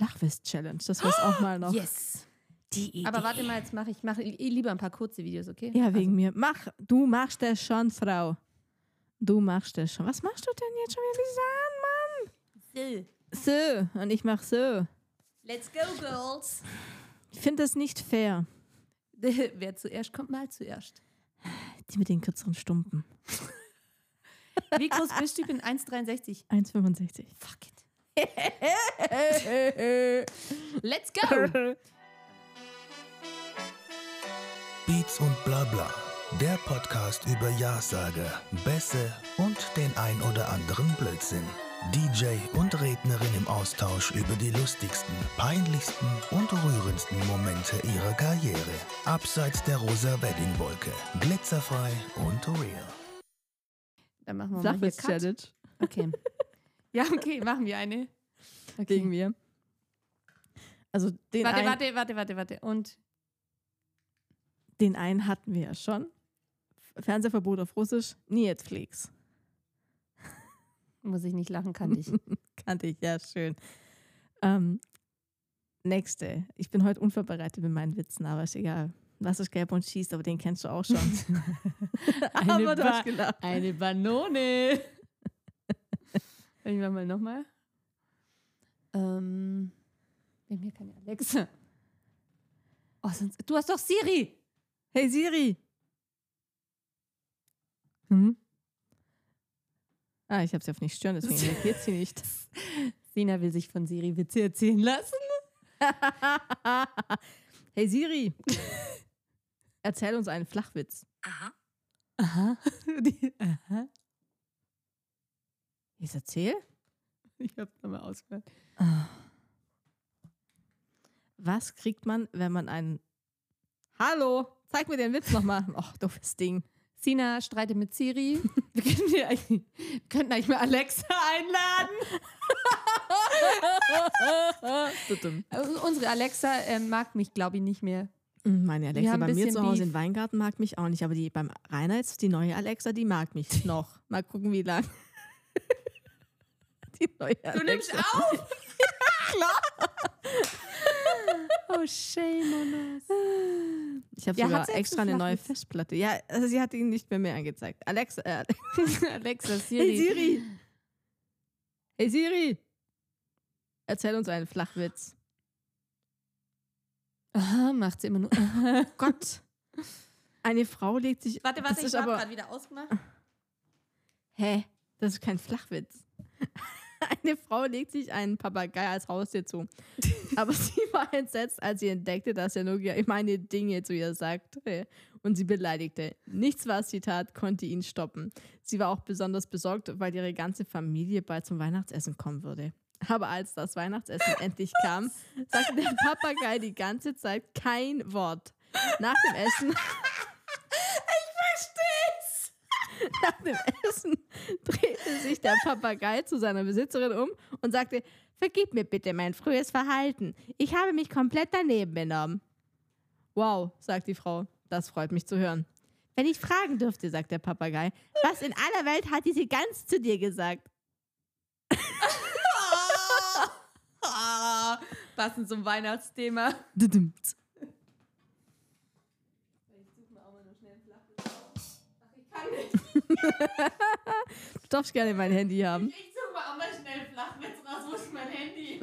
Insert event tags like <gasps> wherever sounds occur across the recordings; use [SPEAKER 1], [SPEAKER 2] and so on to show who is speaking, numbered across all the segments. [SPEAKER 1] Nachwiss-Challenge. Oh, Das war's auch mal
[SPEAKER 2] <gasps>
[SPEAKER 1] noch.
[SPEAKER 2] Yes.
[SPEAKER 1] Die Idee.
[SPEAKER 2] Aber warte mal, jetzt mache ich mache eh lieber ein paar kurze Videos, okay?
[SPEAKER 1] Ja, wegen mir. Mach, du machst das schon, Frau. Du machst das schon. Was machst du denn jetzt schon wieder
[SPEAKER 2] So,
[SPEAKER 1] gesagt, Mann? So. Und ich mach so.
[SPEAKER 2] let's go, girls. <laughs>
[SPEAKER 1] Ich finde das nicht fair.
[SPEAKER 2] Wer zuerst kommt, mal zuerst.
[SPEAKER 1] Die mit den kürzeren Stumpen.
[SPEAKER 2] Wie groß bist du? Ich bin
[SPEAKER 1] <laughs>
[SPEAKER 2] 1,63.
[SPEAKER 1] 1,65.
[SPEAKER 2] Fuck it. Let's go.
[SPEAKER 3] Beats und Blabla, der Podcast über Ja-Sage, Bässe und den ein oder anderen Blödsinn. DJ und Rednerin im Austausch über die lustigsten, peinlichsten und rührendsten Momente ihrer Karriere. Abseits der rosa Weddingwolke, glitzerfrei und real.
[SPEAKER 2] Dann machen wir mal hier Cut.
[SPEAKER 1] Nachwiss-Challenge.
[SPEAKER 2] Okay. Ja, okay, machen wir eine.
[SPEAKER 1] Wegen mir. Also den,
[SPEAKER 2] Warte,
[SPEAKER 1] einen,
[SPEAKER 2] warte, warte, warte, warte. Und
[SPEAKER 1] den einen hatten wir ja schon. Fernsehverbot auf Russisch. Netflix.
[SPEAKER 2] muss ich nicht lachen, kann
[SPEAKER 1] <laughs>
[SPEAKER 2] ich.
[SPEAKER 1] Kannte ich, ja, schön. Ähm, nächste. Ich bin heute unvorbereitet mit meinen Witzen, aber ist egal. Lass es gelb und schießt, aber den kennst du <laughs> auch schon. aber du hast
[SPEAKER 2] Ba-
[SPEAKER 1] gelacht.
[SPEAKER 2] Eine Banone. Wollen wir mal nochmal? Ähm, wir haben hier keine Alexa. Oh, sonst, du hast doch Siri.
[SPEAKER 1] Hey Siri! Hm? Ah, ich habe sie auf nicht stören, <laughs> deswegen reagiert sie nicht.
[SPEAKER 2] Sina will sich von Siri Witze erzählen lassen. <laughs>
[SPEAKER 1] Hey Siri! Erzähl uns einen Flachwitz. <laughs>
[SPEAKER 2] Aha. Die-
[SPEAKER 1] Ich erzähl?
[SPEAKER 2] ich hab's nochmal ausgehört.
[SPEAKER 1] Was kriegt man, wenn man einen. Hallo! Zeig mir den Witz nochmal. Ach, doofes Ding.
[SPEAKER 2] Sina streitet mit <laughs> Siri. Wir könnten, hier eigentlich, wir könnten eigentlich mal Alexa einladen.
[SPEAKER 1] Tudum.
[SPEAKER 2] Also Unsere Alexa äh, mag mich, glaube ich, nicht mehr.
[SPEAKER 1] Hm, Meine
[SPEAKER 2] Wir
[SPEAKER 1] Alexa
[SPEAKER 2] haben
[SPEAKER 1] bei
[SPEAKER 2] ein
[SPEAKER 1] mir
[SPEAKER 2] bisschen
[SPEAKER 1] zu Hause
[SPEAKER 2] Beef.
[SPEAKER 1] in Weingarten mag mich auch nicht, aber die beim Rainer jetzt, die neue Alexa, die mag mich noch. Mal gucken, wie lang. <laughs> Die neue Alexa.
[SPEAKER 2] auf! klar. oh, shame on us.
[SPEAKER 1] Ich habe
[SPEAKER 2] Ja,
[SPEAKER 1] sogar
[SPEAKER 2] hat sie jetzt
[SPEAKER 1] extra
[SPEAKER 2] einen
[SPEAKER 1] eine neue
[SPEAKER 2] Flachwitz?
[SPEAKER 1] Festplatte. Ja, also sie hat ihn nicht mehr mehr angezeigt. Alexa, äh, <laughs>
[SPEAKER 2] Alexa, Siri.
[SPEAKER 1] hey Siri. Hey Siri. Erzähl uns einen Flachwitz.
[SPEAKER 2] Aha, macht sie immer nur. <laughs>
[SPEAKER 1] Gott. Eine Frau legt sich. das ist aber.
[SPEAKER 2] wieder ausgemacht.
[SPEAKER 1] Hä? Das ist kein Flachwitz. <laughs> Eine Frau legt sich einen Papagei als Haustier zu. Aber sie war entsetzt, als sie entdeckte, dass er nur ge- meine Dinge zu ihr sagte und sie beleidigte. Nichts, was sie tat, konnte ihn stoppen. Sie war auch besonders besorgt, weil ihre ganze Familie bald zum Weihnachtsessen kommen würde. Aber als das Weihnachtsessen endlich kam, sagte der Papagei die ganze Zeit kein Wort. Nach dem Essen <laughs> Nach dem Essen <laughs> drehte sich der Papagei zu seiner Besitzerin um und sagte, vergib mir bitte mein frühes Verhalten. Ich habe mich komplett daneben benommen. Wow, sagt die Frau, das freut mich zu hören. Wenn ich fragen dürfte, sagt der Papagei, was in aller Welt hat diese Gans zu dir gesagt?
[SPEAKER 2] <laughs> Ah, passend zum Weihnachtsthema.
[SPEAKER 1] Du darfst gerne mein Handy haben.
[SPEAKER 2] Ich suche mal auch mal schnell Flachwitz raus. Wo ist
[SPEAKER 1] <laughs>
[SPEAKER 2] mein Handy?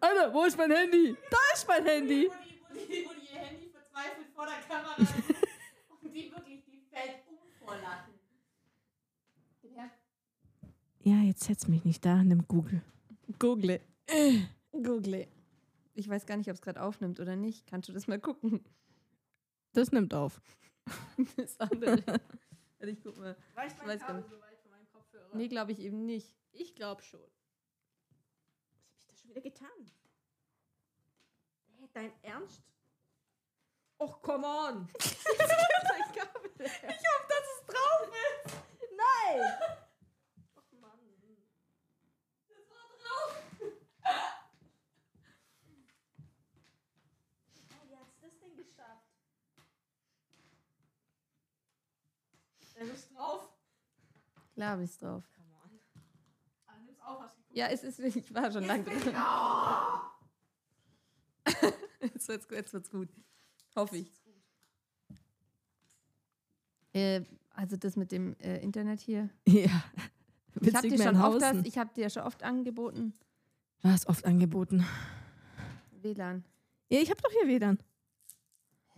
[SPEAKER 1] Alter, wo ist mein Handy? Da ist mein Handy.
[SPEAKER 2] <laughs> Mutti ihr Handy verzweifelt vor der Kamera und die wirklich, die fällt um vor Lachen.
[SPEAKER 1] Ja, jetzt setz mich nicht da, nimm Google.
[SPEAKER 2] Google. Äh. Google. Ich weiß gar nicht, ob es gerade aufnimmt oder nicht. Kannst du das mal gucken?
[SPEAKER 1] Das nimmt auf.
[SPEAKER 2] Das andere. Warte, Also ich guck mal.
[SPEAKER 1] Reicht
[SPEAKER 2] mein Kabel
[SPEAKER 1] so weit von meinem Kopfhörer?
[SPEAKER 2] Nee, glaube ich eben nicht.
[SPEAKER 1] Ich glaube schon. Was habe ich da schon wieder getan? Hä, dein Ernst? Och, come on! mein Kabel. Ich hoffe, dass es drauf ist! Nein! Och, Mann. Das war drauf! Wie hat's das denn geschafft? Das ist drauf.
[SPEAKER 2] Klar bist drauf.
[SPEAKER 1] Come on. Aber Ah, nimm's auf, hast
[SPEAKER 2] Ja, es ist, ich war schon lange drin.
[SPEAKER 1] Oh!
[SPEAKER 2] <laughs> Jetzt wird's, jetzt wird's gut. Hoffe ich. Äh, also das mit dem äh, Internet hier.
[SPEAKER 1] <laughs> Ja.
[SPEAKER 2] ich habe dir schon oft das, ich habe dir schon oft angeboten.
[SPEAKER 1] Du hast oft angeboten.
[SPEAKER 2] WLAN.
[SPEAKER 1] Ja, ich habe doch hier WLAN.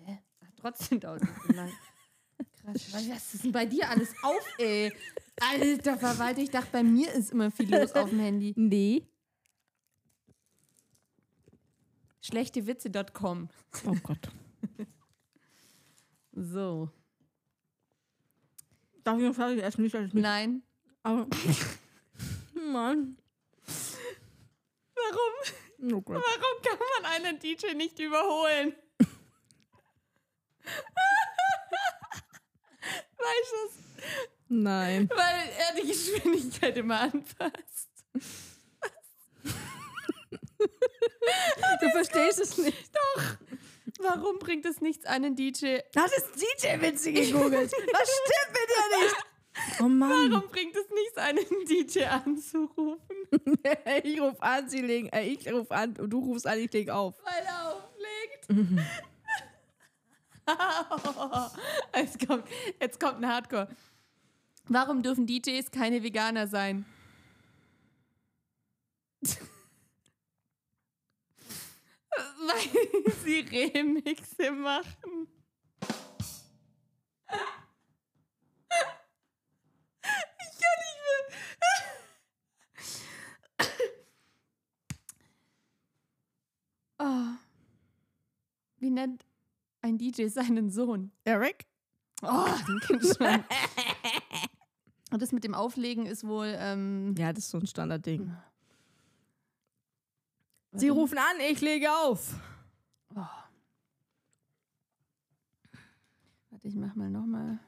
[SPEAKER 2] Hä? Hat trotzdem dauert es so
[SPEAKER 1] <laughs>
[SPEAKER 2] lang. Krass. Was was ist denn bei dir alles auf, ey? Alter Verwalter, ich dachte, bei mir ist immer viel los auf dem Handy.
[SPEAKER 1] Nee.
[SPEAKER 2] Schlechtewitze.com.
[SPEAKER 1] Oh Gott.
[SPEAKER 2] <laughs> So.
[SPEAKER 1] Darf ich noch fertig essen? Nicht, dass ich mich-
[SPEAKER 2] Nein.
[SPEAKER 1] Aber. <laughs> Mann.
[SPEAKER 2] Warum?
[SPEAKER 1] Oh Gott.
[SPEAKER 2] Warum kann man einen DJ nicht überholen? weißt
[SPEAKER 1] Nein.
[SPEAKER 2] du, weil er die Geschwindigkeit immer anpasst.
[SPEAKER 1] Du verstehst es nicht.
[SPEAKER 2] Warum bringt es nichts, einen DJ?
[SPEAKER 1] Das ist DJ-Witze gegoogelt. Das stimmt mit dir nicht. Oh Mann.
[SPEAKER 2] Warum bringt es nichts, einen DJ anzurufen?
[SPEAKER 1] <laughs> Ich ruf an, sie legen. Äh, ich ruf an und du rufst an, ich leg auf.
[SPEAKER 2] Weil er auflegt. <laughs> es kommt, jetzt kommt ein Hardcore. Warum dürfen DJs keine Veganer sein? <laughs> Weil sie Remixe machen. Ich kann nicht mehr. <laughs> Oh. Wie nennt ein DJ seinen Sohn?
[SPEAKER 1] Eric?
[SPEAKER 2] Oh, den kennt schon. <laughs> Und das mit dem Auflegen ist wohl. Ähm,
[SPEAKER 1] Ja, das ist so ein Standardding.
[SPEAKER 2] warte
[SPEAKER 1] Sie
[SPEAKER 2] mal.
[SPEAKER 1] rufen an, ich lege auf.
[SPEAKER 2] Warte, ich mach mal nochmal.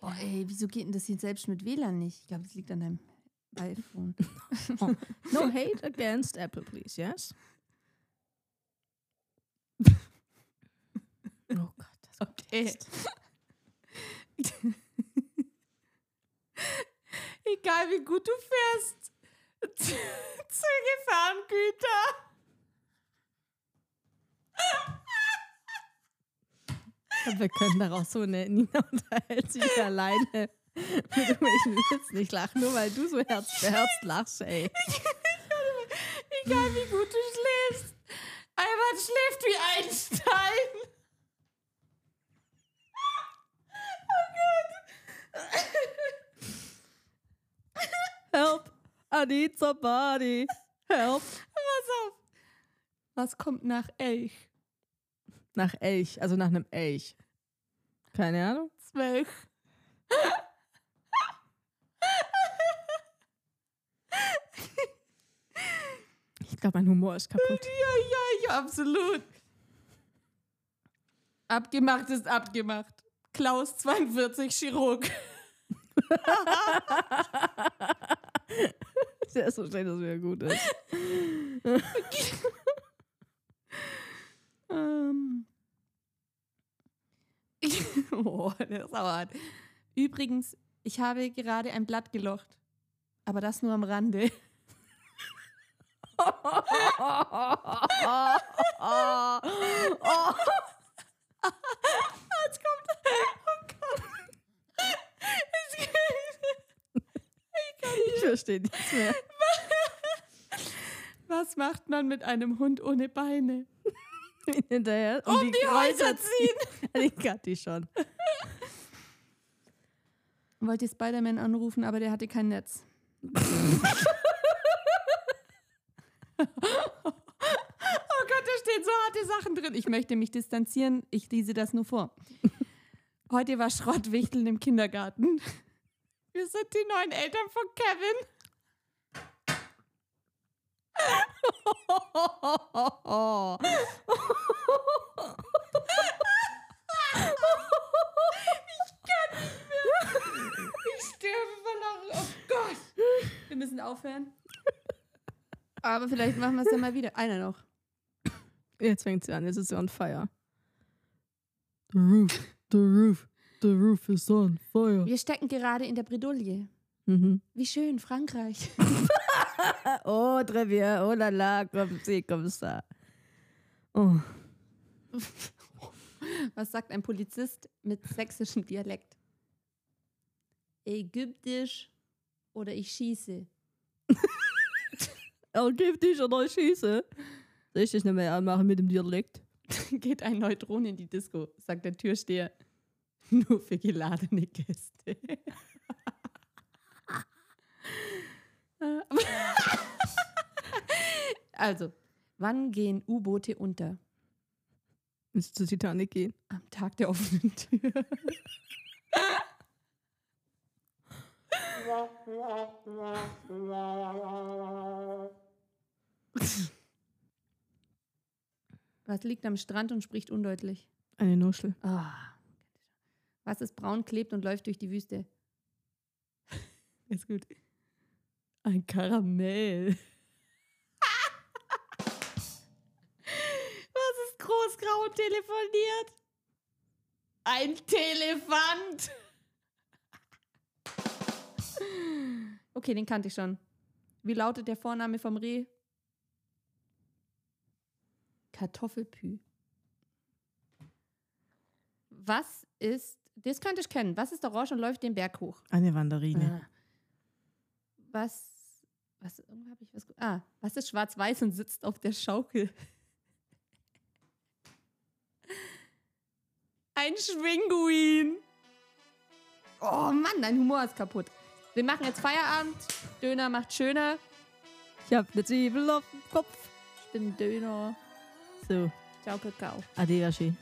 [SPEAKER 2] Boah, ey, wieso geht denn das hier selbst mit WLAN nicht? Ich glaube, das liegt an deinem iPhone.
[SPEAKER 1] No hate against Apple, please, yes? <laughs> Oh Gott, das kommt
[SPEAKER 2] Ey.
[SPEAKER 1] jetzt.
[SPEAKER 2] <laughs> Egal wie gut du fährst. <laughs> Züge fahren Güter.
[SPEAKER 1] Und wir können daraus so eine Nina unterhält sich alleine mit irgendwelchen Witzen. Ich lache nur, weil du so herz für herz lachst, ey.
[SPEAKER 2] Egal wie gut du schläfst. Albert schläft wie ein Stein.
[SPEAKER 1] Help, I need somebody. Help.
[SPEAKER 2] Pass auf. Was kommt nach Elch?
[SPEAKER 1] Nach Elch, also nach einem Elch. Keine Ahnung.
[SPEAKER 2] Zwölf.
[SPEAKER 1] Ich glaube, mein Humor ist kaputt.
[SPEAKER 2] Ja, ja, ja, absolut. Abgemacht ist abgemacht. Klaus 42 Chirurg.
[SPEAKER 1] <laughs> Der ist so schlecht, dass er wieder gut ist.
[SPEAKER 2] Ähm. <laughs> oh, das ist aber hart. Übrigens, ich habe gerade ein Blatt gelocht. Aber das nur am Rande. Oh. Ah, Jetzt kommt. Oh Gott. Es geht.
[SPEAKER 1] Ich verstehe nichts mehr.
[SPEAKER 2] Was macht man mit einem Hund ohne Beine?
[SPEAKER 1] Ihn Hinterher.
[SPEAKER 2] Um die Häuser
[SPEAKER 1] ziehen. <laughs> Den kannte ich schon.
[SPEAKER 2] Wollte Spider-Man anrufen, aber der hatte kein <laughs> Netz. oh Gott, da stehen so harte Sachen drin. Ich möchte mich distanzieren. Ich lese das nur vor. Heute war Schrottwichteln im Kindergarten. Wir sind die neuen Eltern von Kevin. Ich sterbe vor Lachen. Oh Gott. Wir müssen aufhören. Aber vielleicht machen wir es ja mal wieder. Einer noch.
[SPEAKER 1] Jetzt fängt sie an, jetzt ist sie on fire. The roof, the roof, the roof is on fire.
[SPEAKER 2] Wir stecken gerade in der Bredouille.
[SPEAKER 1] Mhm.
[SPEAKER 2] Wie schön, Frankreich.
[SPEAKER 1] Oh, Trevier, oh la la, komm, sie, komm, da. Oh,
[SPEAKER 2] Was sagt ein Polizist mit sächsischem Dialekt? Ägyptisch oder ich schieße.
[SPEAKER 1] Er gibt Oh, dich oder ich schieße. Soll ich dich nicht mehr anmachen mit dem Dialekt?
[SPEAKER 2] <laughs> Geht ein Neutron in die Disco, sagt der Türsteher. <laughs> Nur für geladene <laughs> Gäste. Äh, also, wann gehen U-Boote unter?
[SPEAKER 1] Müsste zur Titanic gehen.
[SPEAKER 2] Am Tag der offenen Tür. Was liegt am Strand und spricht undeutlich?
[SPEAKER 1] Eine Nuschel.
[SPEAKER 2] Ah. Was ist braun, klebt und läuft durch die Wüste? Ist gut. Ein Karamell. <laughs> Was ist großgrau telefoniert? Ein Telefant. Okay, den kannte ich schon. Wie lautet der Vorname vom Reh? Kartoffelpü. Was ist, das könnte ich kennen. Was ist orange und läuft den Berg hoch?
[SPEAKER 1] Eine Wanderine.
[SPEAKER 2] Ah. Was, was, irgendwo habe ich was, ge- ah, was ist schwarz-weiß und sitzt auf der Schaukel? <laughs> Ein Schwinguin. Oh Mann, dein Humor ist kaputt. Wir machen jetzt Feierabend. Döner macht schöner.
[SPEAKER 1] Ich hab eine Zwiebel auf dem Kopf.
[SPEAKER 2] Ich bin Döner.
[SPEAKER 1] So,
[SPEAKER 2] Ciao, Kakao.
[SPEAKER 1] Adegashi.